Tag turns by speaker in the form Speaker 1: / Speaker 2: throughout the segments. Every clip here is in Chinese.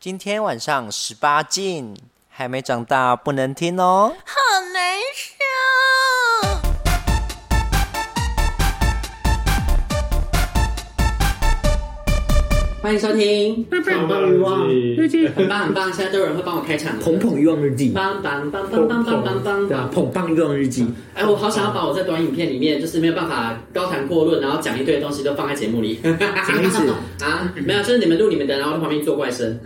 Speaker 1: 今天晚上十八禁，还没长大不能听哦。
Speaker 2: 好难受。
Speaker 3: 欢迎收听《棒棒欲望日记》，很棒很棒，现在都有人会帮我开场了。
Speaker 4: 捧捧欲望日记，
Speaker 3: 棒棒棒棒棒棒棒棒
Speaker 4: 对啊，捧棒欲望日记，
Speaker 3: 哎，我好想要把我在短影片里面就是没有办法高谈阔论，然后讲一堆东西都放在节目 里。什
Speaker 4: 么意思
Speaker 3: 啊？没有，就是你们录你们的，然后在旁边做怪 声。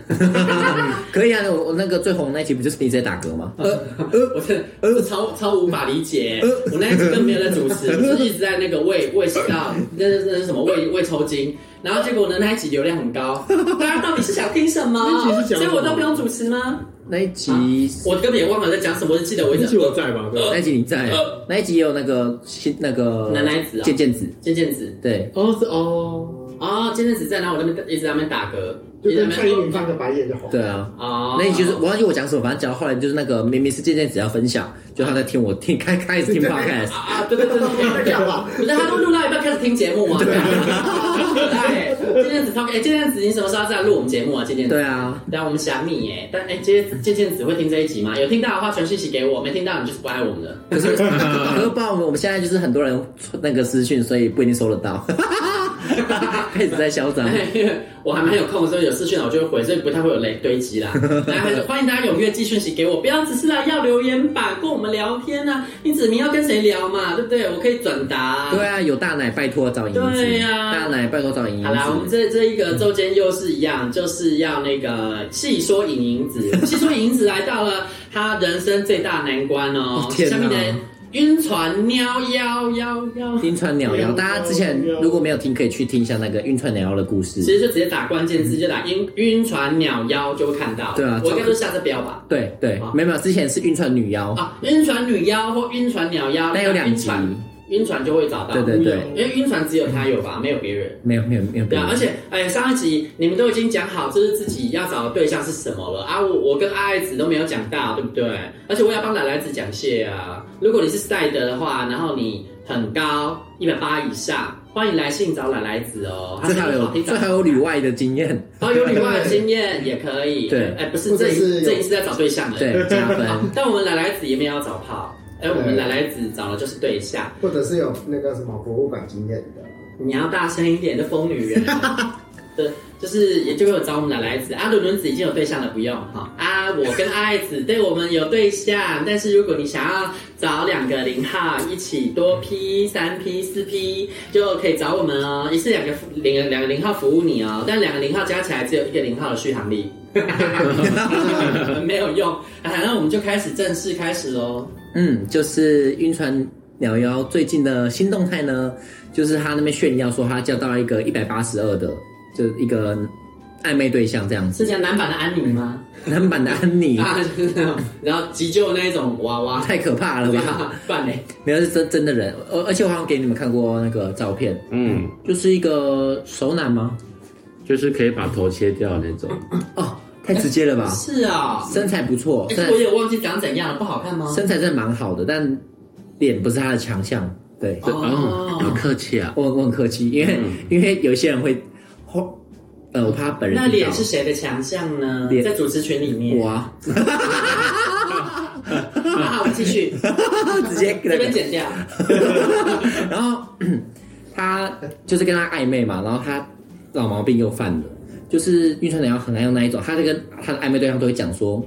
Speaker 4: 可以啊。我我那个最红那期不就是你在打嗝吗？呃
Speaker 3: 我
Speaker 4: 呃，
Speaker 3: 真的我超超无法理解，我那一集更没有在主 持，我就是一直在那个胃胃食道，那那那是什么胃胃抽筋，然后结果呢那一集流量很 高，大家到底是想听什么？
Speaker 5: 那一集是
Speaker 3: 所
Speaker 5: 讲什么
Speaker 3: 以我都不用主持吗？
Speaker 4: 那一集
Speaker 3: 我根本也忘了在讲什么，我只记得我一
Speaker 5: 一
Speaker 3: 直
Speaker 5: 起我在吧？对吧
Speaker 4: 那一集你在
Speaker 3: 呃，
Speaker 4: 那一集也有那个新那个
Speaker 3: 男孩子啊
Speaker 4: 健健子，
Speaker 3: 尖尖子
Speaker 4: 对，
Speaker 5: 哦是哦，
Speaker 3: 哦，尖尖子在，然后我在那边一直在那边打嗝，
Speaker 5: 就
Speaker 3: 一直在
Speaker 5: 跟
Speaker 3: 那
Speaker 5: 蔡依林
Speaker 3: 边
Speaker 5: 翻个白眼就好。
Speaker 4: 对啊。
Speaker 3: 哦，
Speaker 4: 那你就是我忘记我讲什么，反正讲到后来就是那个明明是健健子要分享，就他在听我听开开始听 podcast，
Speaker 3: 啊，对对对对 对，不是他都录到一半开始听节目啊，对，哎，尖尖子他们哎，尖尖子你什么时候要再录我们节目啊？尖尖子
Speaker 4: 对。啊，
Speaker 3: 对啊，我们想你耶，但哎，健健健子会听这一集吗？有听到的话，传讯息给我；没听到，你就是不爱我们了。
Speaker 4: 可是可是不知道我们我们现在就是很多人那个私讯，所以不一定收得到， 开始在嚣张，
Speaker 3: 因为我还蛮有空的时候，有私讯我就会回，所以不太会有累堆积 啦。然后还是欢迎大家踊跃寄讯息给我，不要只是来要留言吧，跟我们聊天啊。你指明要跟谁聊嘛，对不对？我可以转达、
Speaker 4: 对啊，有大奶拜托找银子，
Speaker 3: 对啊
Speaker 4: 大奶拜托找银
Speaker 3: 好啦，我
Speaker 4: 子
Speaker 3: 们。这这一个周间又是一样，就是要那个细说影影子， 细说影影子来到了他人生最大难关哦。
Speaker 4: 哦天
Speaker 3: 下
Speaker 4: 哪
Speaker 3: 面呢，晕船喵妖妖妖，
Speaker 4: 晕船鸟
Speaker 3: 啊
Speaker 4: 妖，
Speaker 5: 喵
Speaker 4: 大家之前
Speaker 5: 喵
Speaker 4: 如果没有听，可以去听一下那个晕船鸟妖的故
Speaker 3: 其
Speaker 4: 事。
Speaker 3: 实就直接打关键字，就打晕晕船鸟妖就会看到。
Speaker 4: 对啊
Speaker 3: 我应该都下这标吧。
Speaker 4: 对对
Speaker 3: 啊，
Speaker 4: 没有没有，之前是晕船女妖，
Speaker 3: 啊，晕船女妖或晕船鸟妖，
Speaker 4: 哦但有两
Speaker 3: 晕
Speaker 4: 集，
Speaker 3: 船，晕船就会找到。
Speaker 4: 对对对，
Speaker 3: 因为晕船只有他有吧，没有别人。
Speaker 4: 没有没有没有没
Speaker 3: 对
Speaker 4: 有
Speaker 3: 啊，，而且哎，上一集你们都已经讲好，就是自己要找的对象是什么了啊。我我跟阿爱子都没有讲到，对不对？而且我也要帮奶奶子讲谢啊。如果你是赛德的话，然后你很高，一百八以上，欢迎来信找奶奶子哦。
Speaker 4: 最
Speaker 3: 她是
Speaker 4: 好
Speaker 3: 一个好
Speaker 4: 有
Speaker 3: 听
Speaker 4: 最
Speaker 3: 长
Speaker 4: 好有旅外的经验，
Speaker 3: 哦，有旅外的经验也可以。
Speaker 4: 对
Speaker 3: 哎，不是
Speaker 5: 或
Speaker 3: 这
Speaker 5: 者
Speaker 3: 一
Speaker 5: 是有
Speaker 3: 这一次在找对象了。
Speaker 4: 对加
Speaker 3: 好
Speaker 4: 分。
Speaker 3: 但我们奶奶子也没有要找炮，哎，我们
Speaker 5: 对
Speaker 3: 奶奶子找的就是对象。
Speaker 5: 或者是有那个什么博物馆经验的，
Speaker 3: 你要大声一点，这疯女人。啊对，就是也就会有找我们奶奶子啊，伦伦子已经有对象了，不用哈啊，我跟阿爱子对我们有对象，但是如果你想要找两个零号一起多批三批四批，就可以找我们哦，一次两个服两个两个零号服务你哦，但两个零号加起来只有一个零号的续航力， 没有用。 啊，那我们就开始正式开始喽。
Speaker 4: 嗯，就是晕船鸟妖最近的新动态呢，就是他那边炫耀说他交到一个一百八十二的，就是一个暧昧对象这样子，
Speaker 3: 是讲男版的安妮吗？
Speaker 4: 男版的安 妮，
Speaker 3: 啊，就是那种然后急救那一种娃 娃。
Speaker 4: 太可怕了
Speaker 3: 对
Speaker 4: 吧？
Speaker 3: 啊，不然嘞，
Speaker 4: 没有是真真的人，而而且我好像给你们看过那个照片，
Speaker 6: 嗯，
Speaker 4: 就是一个手男吗？
Speaker 6: 就是可以把头切掉那 种，
Speaker 4: 哦，太直接了吧！
Speaker 3: 是啊、
Speaker 4: 身材不错，
Speaker 3: 可
Speaker 4: 身
Speaker 3: 是我
Speaker 4: 材
Speaker 3: 也忘记长怎样了，不好看吗？
Speaker 4: 身材真的蛮好的，但脸不是他的强项。对，
Speaker 3: 哦
Speaker 6: 哦，好客气啊，嗯
Speaker 4: 我我很客气，因为、因为有些人会，哦呃，我怕他本人
Speaker 3: 那
Speaker 4: 听到
Speaker 3: 脸是谁的强项呢？
Speaker 4: 脸
Speaker 3: 在主持群里面，
Speaker 4: 我啊，
Speaker 3: 啊 好，我们继 续，
Speaker 4: 直接给
Speaker 3: 这
Speaker 4: 他
Speaker 3: 边剪 掉。啊
Speaker 4: 然后 他就是跟他暧昧嘛，然后他老毛病又犯了，就是晕船鸟很难用那一种，他这跟他的暧昧对象都会讲说，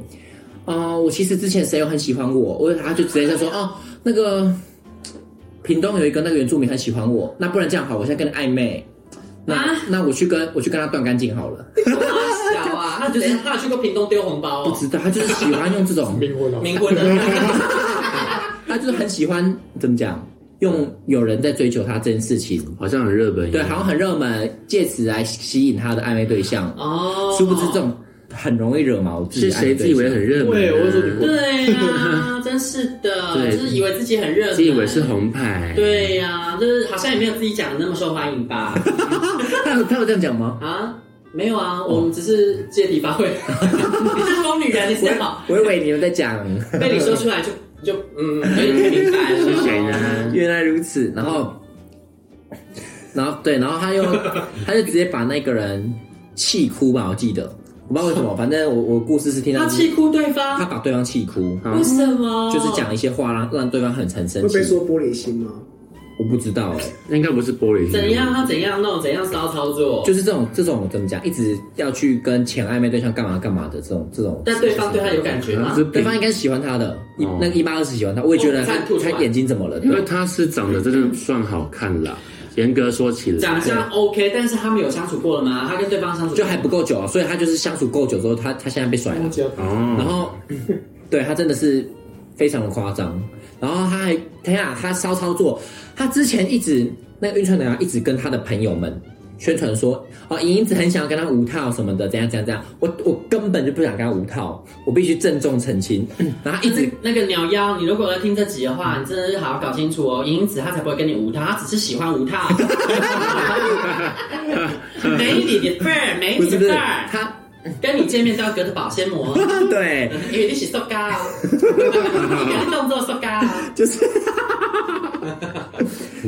Speaker 4: 哦，我其实之前谁有很喜欢我，我他就直接在说，哦，那个屏东有一个那个原住民很喜欢我，那不然这样好，我现在跟你暧昧，那、
Speaker 3: 啊
Speaker 4: 那我去跟我去跟他断干净好了，
Speaker 3: 哇小啊，他就是他有去过屏东丢红包
Speaker 4: 不
Speaker 3: 哦，
Speaker 4: 知道他就是喜欢用这 种，
Speaker 5: 冥婚哦，
Speaker 3: 冥婚的。
Speaker 4: 他就是很喜欢怎么讲，用有人在追求他这件事情。
Speaker 6: 好像很热门一
Speaker 4: 对，
Speaker 6: 样。
Speaker 4: 好像很热门，借此来吸引他的暧昧对象。
Speaker 3: 哦，
Speaker 4: 殊不知这种很容易惹毛自己
Speaker 6: 是
Speaker 4: 的暧昧
Speaker 6: 谁
Speaker 4: 对象
Speaker 6: 自以为很热门、啊？
Speaker 5: 对我说你
Speaker 3: 对啊，真是 的，
Speaker 6: 对
Speaker 3: 就是以为自己很热门，
Speaker 6: 自以为是。红牌。，
Speaker 3: 对呀、就是好像也没有自己讲的那么受欢迎吧？
Speaker 4: 他有他有这样讲吗？
Speaker 3: 啊，没有啊，我们只是借题 发挥。你是疯女人，你是好。
Speaker 4: 我以为你们在讲，
Speaker 3: 被你说出来就就嗯，有点明白了。
Speaker 6: 是谁呢？
Speaker 4: 原来如此。然后， 然后对，然后他又他就直接把那个人气哭吧，我记得。我不知道为什么，反正我我故事是听到
Speaker 3: 他气哭对方
Speaker 4: 他，把对方气哭，
Speaker 3: 为什么？
Speaker 4: 就是讲一些话让让对方很很生
Speaker 7: 会被
Speaker 4: 气。
Speaker 7: 说玻璃心吗？
Speaker 4: 我不知道哎、
Speaker 6: 那应该不是玻璃心。
Speaker 3: 怎样，他怎样弄，怎样骚操作，
Speaker 4: 就是这种这种怎么讲，一直要去跟前暧昧对象干嘛干嘛的这种这种，
Speaker 3: 但对方对他有感觉吗
Speaker 6: 是？
Speaker 4: 对方应该是喜欢他的，一
Speaker 6: 哦
Speaker 4: 那个一八二是喜欢他，我也觉得他
Speaker 3: 哦看吐出来
Speaker 4: 他眼睛怎么了？
Speaker 6: 因为
Speaker 4: 对
Speaker 6: 他是长得真的算好看啦，严格说起来，
Speaker 3: 长相 OK，但是他们有相处过了吗？他跟对方相处
Speaker 4: 就还不够久啊，所以他就是相处够久之后，他他现在被甩了。
Speaker 6: 哦，
Speaker 4: 然后，对他真的是非常的夸张。然后他还，天啊，他骚操作，他之前一直那个晕船男啊一直跟他的朋友们宣传说，哦，莹莹子很想要跟他无套什么的，怎样怎样怎样。我我根本就不想跟他无套，我必须郑重澄清。然后他
Speaker 3: 一
Speaker 4: 一
Speaker 3: 直
Speaker 4: 直
Speaker 3: 那个鸟妖，你如果要听这集的话，
Speaker 4: 嗯
Speaker 3: 你真的是好好搞清楚哦。银子他才不会跟你无套，他只是喜欢无 套，没你的份儿，没
Speaker 4: 不
Speaker 3: 你
Speaker 4: 是
Speaker 3: 的
Speaker 4: 不是
Speaker 3: 份儿。
Speaker 4: 他，
Speaker 3: 跟你见面都要隔着保鲜膜，
Speaker 4: 对，
Speaker 3: 因为你是塑胶，你的动作塑胶。
Speaker 4: 就是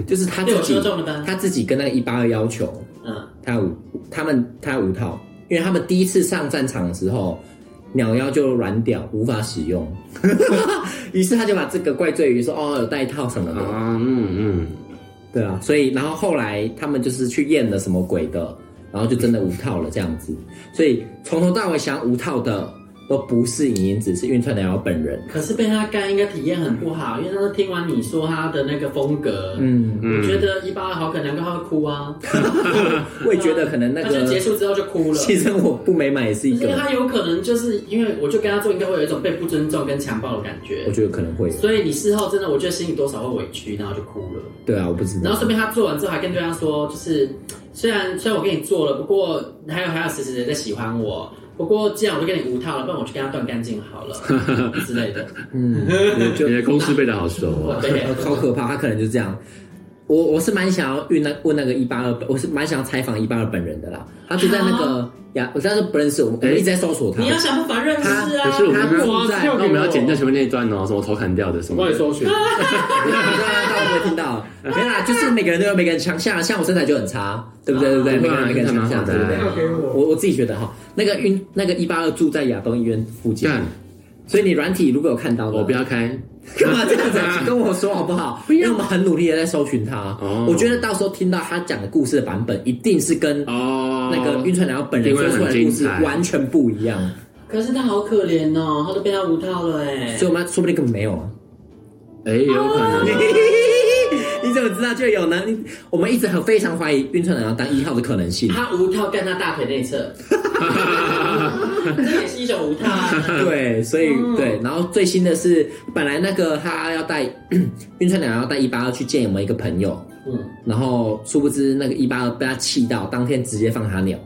Speaker 4: 就是他
Speaker 3: 对
Speaker 4: 自
Speaker 3: 我
Speaker 4: 己
Speaker 3: 说中了吧？
Speaker 4: 他自己跟那个一八二要求，
Speaker 3: 嗯，
Speaker 4: 他五，他们他五套，因为他们第一次上战场的时候，鸟妖就软屌，无法使用， 于是他就把这个怪罪于说哦有带套什么的，
Speaker 6: 啊，嗯
Speaker 4: 对啊，所以然后后来他们就是去验了什么鬼的，然后就真的无套了这样子，所以从头到尾想无套的都不是影音子，是运川鸟妖本人，
Speaker 3: 可是被他干应该体验很不好，因为他听完你说他的那个风格，
Speaker 4: 嗯，
Speaker 6: 嗯，
Speaker 3: 我觉得一八二好可能，难怪他会哭啊。
Speaker 4: 我也觉得可能那
Speaker 3: 他就
Speaker 4: 个
Speaker 3: 结束之后就哭了。
Speaker 4: 牺牲我不美满也是一
Speaker 3: 因为
Speaker 4: 个，
Speaker 3: 他有可能就是因为我就跟他做，应该会有一种被不尊重跟强暴的感觉
Speaker 4: 我。觉得可能会，
Speaker 3: 所以你事后真的，我觉得心里多少会委屈，然后就哭了。
Speaker 4: 对啊，我不知
Speaker 3: 然
Speaker 4: 道
Speaker 3: 后，顺便他做完之后还跟对方说，就是虽然虽然我跟你做了，不过还有还有谁谁谁在喜欢我。不过既然我都跟你无套了，不然我去跟他断干净好了之类的。
Speaker 4: 嗯，就
Speaker 6: 你的公式背的好熟哦。
Speaker 3: 对，
Speaker 4: 超可怕，他可能就这样。我我是蛮想要问那问那个一八二，我是蛮想要采访一八二本人的啦。他就在那个呀，我当时不认识，我们我们一直在搜索他
Speaker 3: 你。要想办法认识啊。
Speaker 6: 可是我们
Speaker 4: 他
Speaker 6: 刚
Speaker 4: 不
Speaker 6: 刚
Speaker 4: 在，
Speaker 6: 那我们要剪掉前面那一段哦，什么头砍掉的什么
Speaker 8: 帮
Speaker 6: 的
Speaker 8: 你。搜寻，
Speaker 4: 啊大家会不会听到？没啦，就是每个人都有每个人强项，像我身材就很差，对不对？对
Speaker 6: 哦
Speaker 4: 不对？每个人有每个人强项，对不对？
Speaker 6: 啊
Speaker 7: 要给我，
Speaker 4: 我我自己觉得哈，那个晕那个一八二住在亚东医院附近，
Speaker 6: 干，
Speaker 4: 所以你软体如果有看到的，
Speaker 6: 我不要开，
Speaker 4: 干嘛这样子？啊请跟我说好不好？因为我们很努力的在搜寻他。
Speaker 6: 哦
Speaker 4: 我觉得到时候听到他讲的故事的版本，一定是跟
Speaker 6: 哦，
Speaker 4: 那个晕船鸟本人说出来的故事完全不一样，
Speaker 3: 可是他好可怜哦，他都被他无套了哎
Speaker 4: 所。以我们说不定根本没有 啊。
Speaker 6: 哎，有可能哦。
Speaker 4: 你怎么知道就有呢？你我们一直很非常怀疑晕船鸟当一号的可能性。
Speaker 3: 他无套干他大腿内侧，
Speaker 6: 啊
Speaker 3: 这也是一种无套 啊。
Speaker 4: 对，所以对，然后最新的是，本来那个他要带 晕船鸟要带一八二去见我们一个朋友，
Speaker 3: 嗯，
Speaker 4: 然后殊不知那个一八二被他气到，当天直接放他鸟，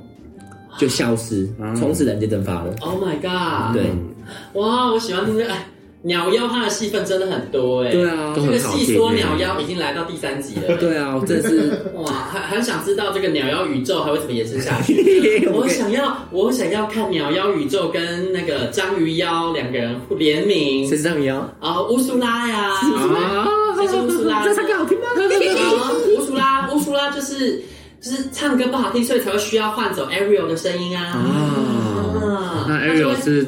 Speaker 4: 就消失，
Speaker 3: 啊
Speaker 4: 从此人间蒸发了。
Speaker 3: Oh my god！
Speaker 4: 对，
Speaker 3: 哇，我喜欢听这个。哎，鸟妖它的戏份真的很多哎、
Speaker 4: 对啊
Speaker 3: 这个戏
Speaker 6: 都
Speaker 3: 说
Speaker 6: 很
Speaker 3: 鸟
Speaker 6: 好听耶
Speaker 3: 妖已经来到第三集了。
Speaker 4: 对啊，我真的是，
Speaker 3: 哇，很很想知道这个鸟妖宇宙还会怎么延伸下去。我想要，我想要看鸟妖宇宙跟那个章鱼妖两个人互联名
Speaker 4: 谁知道 你要？
Speaker 3: 啊，乌苏拉呀，
Speaker 6: 啊，
Speaker 3: 谁是乌苏拉？
Speaker 4: 这唱歌好听吗？
Speaker 3: 啊乌苏拉，乌苏拉就是就是唱歌不好听，所以才会需要换走 Ariel 的声音啊。啊
Speaker 6: 那 Ariel 是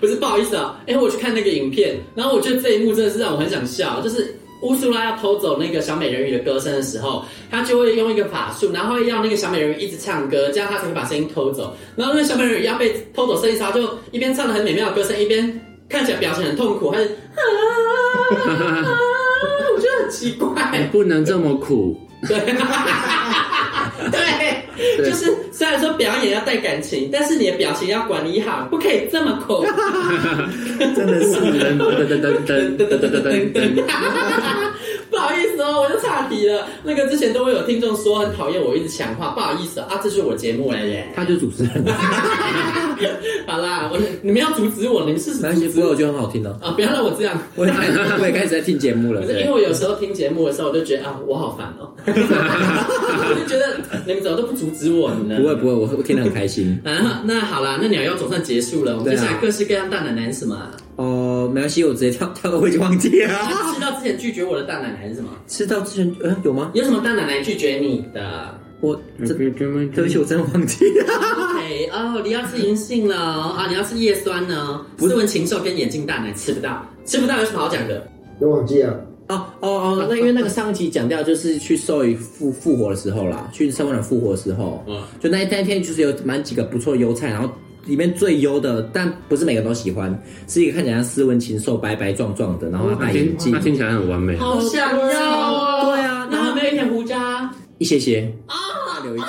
Speaker 3: 不是不好意思啊，哎、我去看那个影片，然后我觉得这一幕真的是让我很想笑，就是乌苏拉要偷走那个小美人鱼的歌声的时候，他就会用一个法术，然后会让那个小美人鱼一直唱歌，这样他才会把声音偷走。然后那个小美人鱼要被偷走声音时，他就一边唱的很美妙的歌声，一边看起来表情很痛苦，还是啊，我觉得很奇怪。
Speaker 6: 不能这么苦，
Speaker 3: 对，就是虽然说表演要带感情，但是你的表情要管理好，不可以这么恐。
Speaker 4: 真的是。
Speaker 6: 噔噔噔噔噔噔噔噔噔噔，
Speaker 3: 不好意思哦，我就岔题了。那个之前都会有听众说很讨厌我一直抢话，不好意思啊，这是我节目了耶。
Speaker 4: 他就是主持人，
Speaker 3: 好啦，我你们要阻止我，你们是
Speaker 4: 那些
Speaker 3: 阻止
Speaker 4: 歌我
Speaker 3: 我
Speaker 4: 觉得很好听哦。
Speaker 3: 啊！不要让我这样，
Speaker 4: 我也开始，我也开始在听节目了
Speaker 3: 不。是因为我有时候听节目的时候，我就觉得啊，我好烦 哦，我就觉得你们怎么都不阻止我呢？
Speaker 4: 不会不会，我我听得很开心。
Speaker 3: 啊，那好啦，那鸟妖总算结束了，我们
Speaker 4: 对啊
Speaker 3: 接下来各式各样大奶奶是什么、啊？
Speaker 4: 哦，没关系，我直接跳跳，我已经忘记啊了。
Speaker 3: 他吃到之前拒绝我的大奶奶是什么？
Speaker 4: 吃到之前，呃，有吗？
Speaker 3: 有什么大奶奶拒绝你的？
Speaker 4: 我这对不起，我真的忘记啊了。
Speaker 3: 哎哦，你要吃银杏了哦啊，你要吃叶酸呢？斯文禽兽跟眼镜大奶吃不到，吃不到有什么好讲的？
Speaker 5: 都忘记了。
Speaker 4: 哦哦哦，那因为那个上集讲掉，就是去兽医复复活的时候啦，去圣温暖复活的时候，
Speaker 6: 嗯
Speaker 4: 就那一那一天就是有蛮几个不错的优菜，然后里面最优的，但不是每个人都喜欢，是一个看起来像斯文禽兽、白白壮壮的，然
Speaker 6: 哦
Speaker 4: 后戴眼镜
Speaker 6: 那，听起来很完美。
Speaker 3: 好想要哦！
Speaker 4: 对啊
Speaker 3: 那还没有一点胡渣？
Speaker 4: 一些些啊，留一些。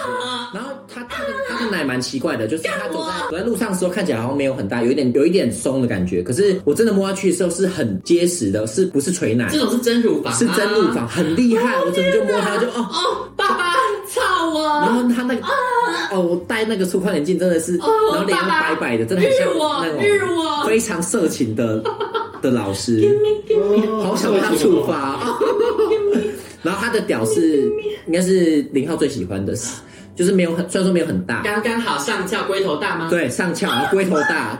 Speaker 4: 然后他他的他的奶蛮奇怪的，就是他走
Speaker 3: 啊
Speaker 4: 在走在路上的时候看起来好像没有很大，有一点有一点松的感觉，可是我真的摸下去的时候是很结实的，是不是垂奶
Speaker 3: 这？种是真乳房吗，啊
Speaker 4: 是真乳房，很厉害，我怎么就摸它就哦。
Speaker 3: 哦！爸爸操
Speaker 4: 然
Speaker 3: 我！
Speaker 4: 后他那个哦，我戴那个粗框眼镜真的是，然后脸又白白的，真的很像
Speaker 3: 哦日我
Speaker 4: 那
Speaker 3: 日
Speaker 4: 种
Speaker 3: 我
Speaker 4: 非常色情的的老师，好想被他处罚。 然后他的屌是应该是林浩最喜欢的，就是没有很虽然说没有很大，
Speaker 3: 刚刚好上翘龟头大吗？
Speaker 4: 对上翘，然后龟头 大。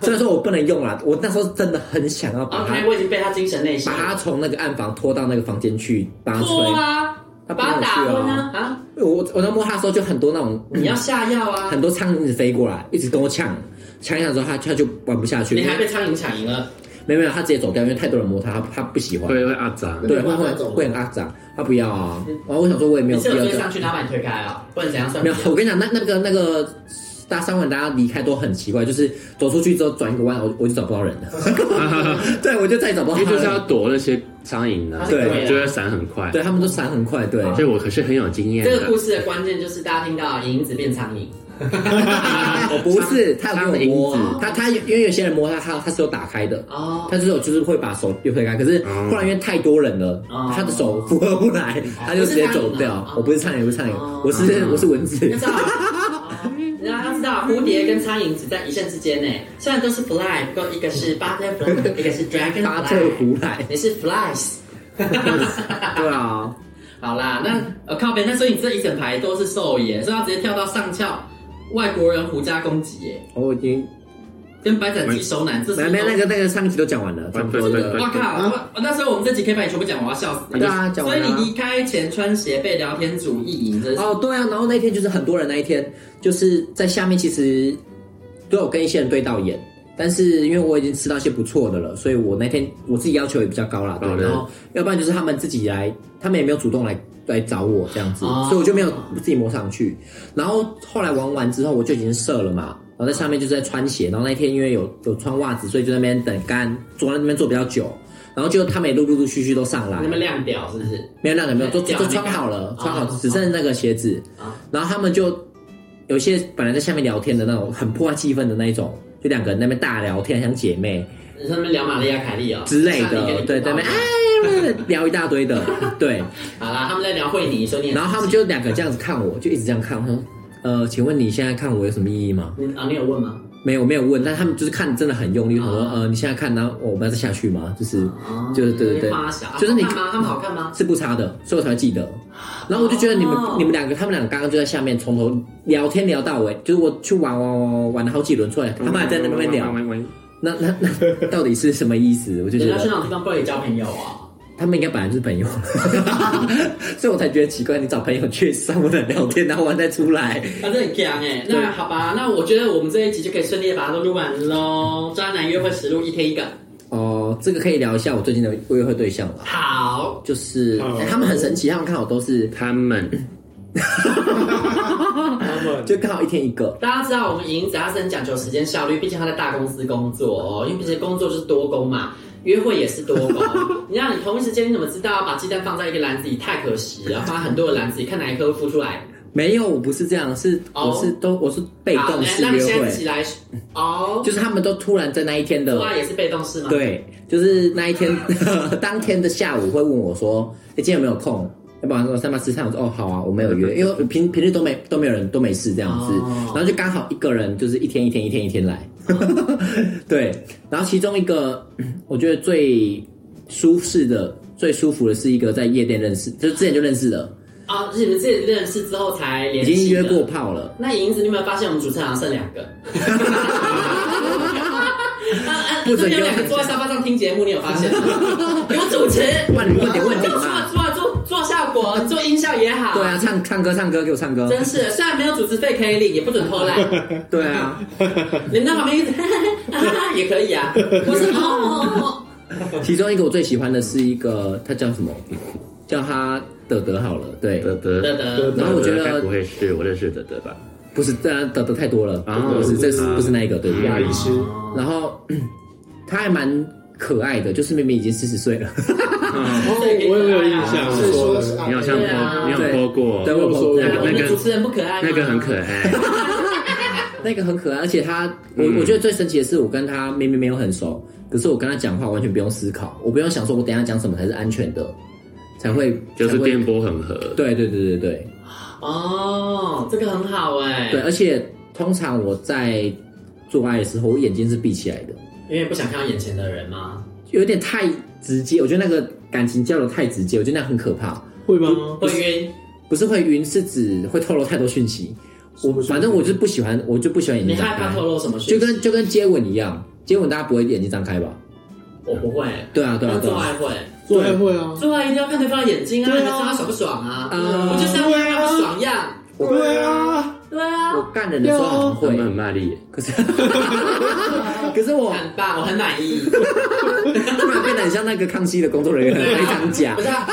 Speaker 4: 虽然说我不能用啦，我那时候真的很想要把它
Speaker 3: ，OK，我已经被他精神内伤
Speaker 4: 把。它从那个暗房拖到那个房间去，帮他
Speaker 3: 脱
Speaker 4: 吹。
Speaker 3: 啊，
Speaker 4: 他
Speaker 3: 把他
Speaker 4: 不能
Speaker 3: 打
Speaker 4: 去啊
Speaker 3: 昏啊！啊，
Speaker 4: 我我在摸他的时候，就很多那种嗯
Speaker 3: 你要下药啊！
Speaker 4: 很多苍蝇一直飞过来，一直跟我抢，抢一抢之后他他就玩不下去，
Speaker 3: 你还被苍蝇抢赢了，
Speaker 4: 没有没有，他直接走掉，因为太多人摸他，他他不喜欢，
Speaker 6: 会会阿杂，
Speaker 4: 对，
Speaker 5: 没
Speaker 4: 会
Speaker 5: 有
Speaker 4: 会
Speaker 5: 那种
Speaker 4: 会很肮脏，他不要啊。然后我想说，我也
Speaker 3: 你
Speaker 4: 没有
Speaker 3: 是
Speaker 4: 必
Speaker 3: 有
Speaker 4: 要
Speaker 3: 追
Speaker 4: 这
Speaker 3: 上
Speaker 4: 样，
Speaker 3: 去，然后把你推开啊，不然怎样算
Speaker 4: 没
Speaker 3: 比
Speaker 4: 有
Speaker 3: 较？，
Speaker 4: 我跟你讲，那那个那个大三晚大家离开都很奇怪，就是走出去之后转一个弯，我我就找不到人了， 对，我就再也找不到
Speaker 6: 因
Speaker 4: 他
Speaker 6: 为就是要
Speaker 4: 了，
Speaker 6: 躲那些苍蝇啊，
Speaker 4: 对
Speaker 6: 就会闪很快。
Speaker 4: 对他们都闪很快，对。
Speaker 3: 哦
Speaker 6: 所以我可是很有经验
Speaker 3: 这个故
Speaker 6: 的。
Speaker 3: 事的关键就是大家听到银子变苍蝇，
Speaker 4: 我不是，他有跟我
Speaker 6: 苍蝇
Speaker 4: 摸，他他因为有些人摸他，他他是有打开的，
Speaker 3: 哦，
Speaker 4: 他就是有就是会把手又推开，可是
Speaker 6: 哦
Speaker 4: 后来因为太多人了，
Speaker 3: 哦
Speaker 4: 他的手负荷不来，他就直接走
Speaker 3: 不是苍蝇
Speaker 4: 掉
Speaker 3: 啊。
Speaker 4: 我不是苍蝇，我不是苍
Speaker 3: 哦
Speaker 4: 蝇，我是我是蚊子
Speaker 3: 要。知道，然哦后要知道，蝴蝶跟苍蝇只在一瞬之间呢。虽然都是 fly，不过一个是 butterfly，一个是
Speaker 4: 发特
Speaker 3: dragonfly，
Speaker 4: 胡 来，
Speaker 3: 你是 flies。
Speaker 4: 对啊，
Speaker 3: 好啦，那呃靠边，那所以你这一整排都是兽爷，所以他直接跳到上翘，外国人胡渣攻击耶，
Speaker 4: 我已经
Speaker 3: 跟白斩鸡手男，这是
Speaker 4: 没没那个那个上一集都讲完了，差不多
Speaker 6: 对对对
Speaker 4: 的。
Speaker 3: 哇靠！哦我那时候我们这集可以把你全部讲完，我要笑死你。
Speaker 4: 对啊讲
Speaker 3: 所
Speaker 4: 完
Speaker 3: 以
Speaker 4: 了
Speaker 3: 你离开前穿鞋被聊天主意淫，真是
Speaker 4: 哦，对啊，然后那一天就是很多人，那一天就是在下面其实都有跟一些人对到眼，但是因为我已经吃到一些不错的了，所以我那天我自己要求也比较高啦，对，
Speaker 6: 哦对
Speaker 4: 然后要不然就是他们自己来，他们也没有主动来来找我这样子，
Speaker 3: 哦
Speaker 4: 所以我就没有自己摸上去。然后后来玩完之后，我就已经射了嘛。然后在上面就是在穿鞋，然后那天因为有有穿袜子，所以就在那边等干，坐在那边坐比较久，然后就他们也陆陆陆续续都上来，
Speaker 3: 你们亮屌是不是？
Speaker 4: 没有那个没有，都
Speaker 3: 屌
Speaker 4: 都
Speaker 3: 那个
Speaker 4: 穿好了
Speaker 3: 哦，
Speaker 4: 穿好
Speaker 3: 哦，
Speaker 4: 只剩那个鞋子
Speaker 3: 哦。
Speaker 4: 然后他们就有些本来在下面聊天的那种，很破坏气氛的那一种，就两个人在那边大聊天，像姐妹
Speaker 3: 你说他们聊玛利亚凯莉哦
Speaker 4: 之类
Speaker 3: 上帝给
Speaker 4: 的，
Speaker 3: 你
Speaker 4: 对，
Speaker 3: 不
Speaker 4: 在
Speaker 3: 好
Speaker 4: 那边
Speaker 3: 哦
Speaker 4: 哎聊一大 堆的，对。
Speaker 3: 好啦，他们在聊惠你，说你很
Speaker 4: 然后他们就两个这样子看我，就一直这样看，我说。呃，请问你现在看我有什么意义吗？
Speaker 3: 你啊，你有问吗？
Speaker 4: 没有，没有问，但他们就是看真的很用力，我说
Speaker 3: 哦
Speaker 4: 呃，你现在看，然后我们要再下去吗？就是
Speaker 3: 哦，
Speaker 4: 就是对对对
Speaker 3: 花小，啊
Speaker 4: 就是你
Speaker 3: 好看吗？他们好看吗？
Speaker 4: 是不差的，所以我才会记得。然后我就觉得你们、
Speaker 3: 哦
Speaker 4: 你们两个，他们两个刚刚就在下面从头聊天聊到尾，就是我去玩玩玩玩玩了好几轮出来，他们还在那
Speaker 5: 嗯
Speaker 4: 边聊，那那那到底是什么意思？我就觉
Speaker 3: 人家去
Speaker 4: 得
Speaker 3: 那种地方不可以交朋友啊。
Speaker 4: 他们应该本来就是朋友， 所以我才觉得奇怪，你找朋友去上我的聊天，然后完再出来，
Speaker 3: 反正很强哎、那好吧，那我觉得我们这一集就可以顺利的把它都录完喽。渣男约会实录一天一个，
Speaker 4: 哦、这个可以聊一下我最近的约会对象了。
Speaker 3: 好，
Speaker 4: 就是、哎
Speaker 5: 好
Speaker 4: 他们很神奇，他们看我都是
Speaker 6: 他们
Speaker 5: 他们
Speaker 4: 就刚好一天一个，
Speaker 3: 大家知道我们银子他是很讲究时间效率，毕竟他在大公司工作哦，因为毕竟工作就是多工嘛，约会也是多 工。你让你同一时间你怎么知道把鸡蛋放在一个篮子里太可惜了，放在很多的篮子里，看哪一颗孵出来。
Speaker 4: 没有，我不是这样，是、
Speaker 3: 哦
Speaker 4: 我是都我是被
Speaker 3: 好，
Speaker 4: 动
Speaker 3: 来
Speaker 4: 式
Speaker 3: 那你
Speaker 4: 约
Speaker 3: 现在
Speaker 4: 会
Speaker 3: 自，己来哦，
Speaker 4: 就是他们都突然在那一天的
Speaker 3: 做爱也是被动式吗？，
Speaker 4: 对，就是那一天当天的 下午会问我说：“哎、今天有没有空？要不然说三八吃饭。”我说：“哦，好啊，我没有约，因为平平日都没都没有人都没事这样子，
Speaker 3: 哦
Speaker 4: 然后就刚好一个人就是一天一天一天一天来，
Speaker 3: 哦
Speaker 4: 对。然后其中一个嗯我觉得最舒适的、最舒服的是一个在夜店认识，就是之前就认识的，
Speaker 3: 啊，就是你们自己认识之后才
Speaker 4: 已
Speaker 3: 联系
Speaker 4: 经约
Speaker 3: 的
Speaker 4: 过。炮了。
Speaker 3: 那银子，你有没有发现我们主持人好像剩两个？啊
Speaker 4: 不
Speaker 3: 这
Speaker 4: 准
Speaker 3: 边
Speaker 4: 给
Speaker 3: 有
Speaker 4: 我
Speaker 3: 两个
Speaker 4: 看
Speaker 3: 坐在沙发上听节目，你有发现吗？有主持，
Speaker 4: 哇你们问点问题
Speaker 3: 做
Speaker 4: 嘛
Speaker 3: 做做做做效果，我，做音效也好。
Speaker 4: 对啊，唱唱歌唱歌给我唱歌，
Speaker 3: 真是的，虽然没有组织费可以领，也不准偷懒。
Speaker 4: 对啊，
Speaker 3: 你们在旁边一直 也可以啊。我是哦
Speaker 4: 其中一个我最喜欢的是一个，他叫什么？叫他德德好了，对，
Speaker 6: 德德
Speaker 3: 德德
Speaker 4: 然后我觉得
Speaker 6: 该不会是我认识的德德吧？
Speaker 4: 不是，当然德德太多了，
Speaker 6: 啊
Speaker 4: 不是，这是
Speaker 6: 啊
Speaker 4: 不是那一个？对，
Speaker 5: 牙
Speaker 6: 嗯
Speaker 5: 医师，
Speaker 4: 然后 他还蛮可爱的，就是明明已经四十岁了，
Speaker 3: 哦我
Speaker 6: 有印象
Speaker 5: 所以说是啊
Speaker 6: 你好像
Speaker 3: 对啊
Speaker 6: 播，你有播过，
Speaker 4: 对我有
Speaker 5: 说
Speaker 4: 碰
Speaker 5: 我
Speaker 4: 到
Speaker 3: 我
Speaker 6: 那
Speaker 3: 们
Speaker 6: 个
Speaker 3: 主持人不可爱吗
Speaker 6: 那个很可爱，
Speaker 4: 那个很可爱，而且他，我、
Speaker 6: 嗯
Speaker 4: 我觉得最神奇的是，我跟他明明没有很熟，可是我跟他讲话完全不用思考，我不用想说我等一下讲什么才是安全的，才会
Speaker 6: 就是
Speaker 4: 才会
Speaker 6: 电波很合。
Speaker 4: 对对对对对
Speaker 3: 哦，这个很好哎、
Speaker 4: 对，而且通常我在做爱的时候，我眼睛是闭起来的，
Speaker 3: 因为不想看到眼前的人嘛。
Speaker 4: 有点太直接，我觉得那个感情交流太直接，我觉得那很可怕，
Speaker 7: 会吗？
Speaker 3: 会晕，
Speaker 4: 不是会晕，是指会透露太多讯息。我反正我就是不喜欢，我就不喜欢眼
Speaker 3: 你
Speaker 4: 睛
Speaker 3: 害
Speaker 4: 张
Speaker 3: 怕
Speaker 4: 开
Speaker 3: 透，露什么讯息？
Speaker 4: 就跟就跟接吻一样，接吻大家不会眼睛张开吧？
Speaker 3: 我不会，
Speaker 4: 对啊对啊
Speaker 3: 但
Speaker 4: 对
Speaker 3: 做
Speaker 4: 啊
Speaker 3: 爱会，
Speaker 7: 做爱会啊，
Speaker 3: 做爱一定要看对方的眼睛啊，你
Speaker 7: 对
Speaker 3: 才
Speaker 7: 啊
Speaker 3: 知道他爽不爽啊。
Speaker 4: 啊
Speaker 3: 我就是要看他不爽样。
Speaker 7: 对啊，
Speaker 3: 对啊，
Speaker 4: 我干人的时候
Speaker 6: 我
Speaker 4: 很
Speaker 6: 们
Speaker 4: 会，
Speaker 6: 很卖力，
Speaker 4: 啊可是 可是我
Speaker 3: 很棒，我很满意。
Speaker 4: 突然变得很像那个康熙的工作人员，非常假
Speaker 3: 不，是、啊，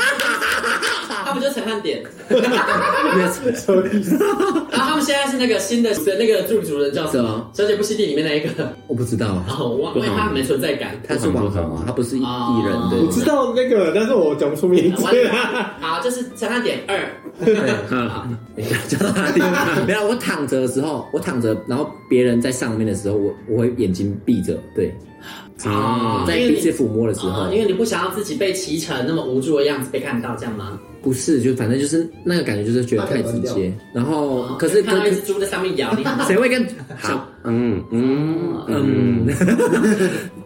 Speaker 3: 他们就是陈汉典，
Speaker 4: 没有错
Speaker 5: 什么意思？
Speaker 3: 然后他们现在是那个新的那个助主人叫什
Speaker 4: 什
Speaker 3: 么
Speaker 4: 么？
Speaker 3: 小姐不吸地里面那一个，
Speaker 4: 我不知道，
Speaker 3: 然后我忘了，因为他没存在感。
Speaker 4: 他是网红啊，他不是艺人，对
Speaker 7: 我知道那个，但是我讲不出名字
Speaker 3: 完
Speaker 7: 啊。
Speaker 3: 了，好，就是陈汉典二，
Speaker 6: 嗯，
Speaker 4: 等一下叫他 听。啊没有，我躺着的时候，我躺着，然后别人在上面的时候，我我会眼睛闭着，对，
Speaker 6: 哦，
Speaker 4: 在彼此抚摸的时
Speaker 3: 啊
Speaker 4: 候，
Speaker 3: 因为你不想要自己被骑乘那么无助的样子被看到，这样吗？
Speaker 4: 不是，就反正就是那个感觉，就是觉得太直接。然后，可是
Speaker 3: 看
Speaker 4: 可
Speaker 3: 到一只
Speaker 4: 可
Speaker 3: 猪在上面咬你，
Speaker 4: 谁 会跟
Speaker 6: 好，嗯嗯嗯，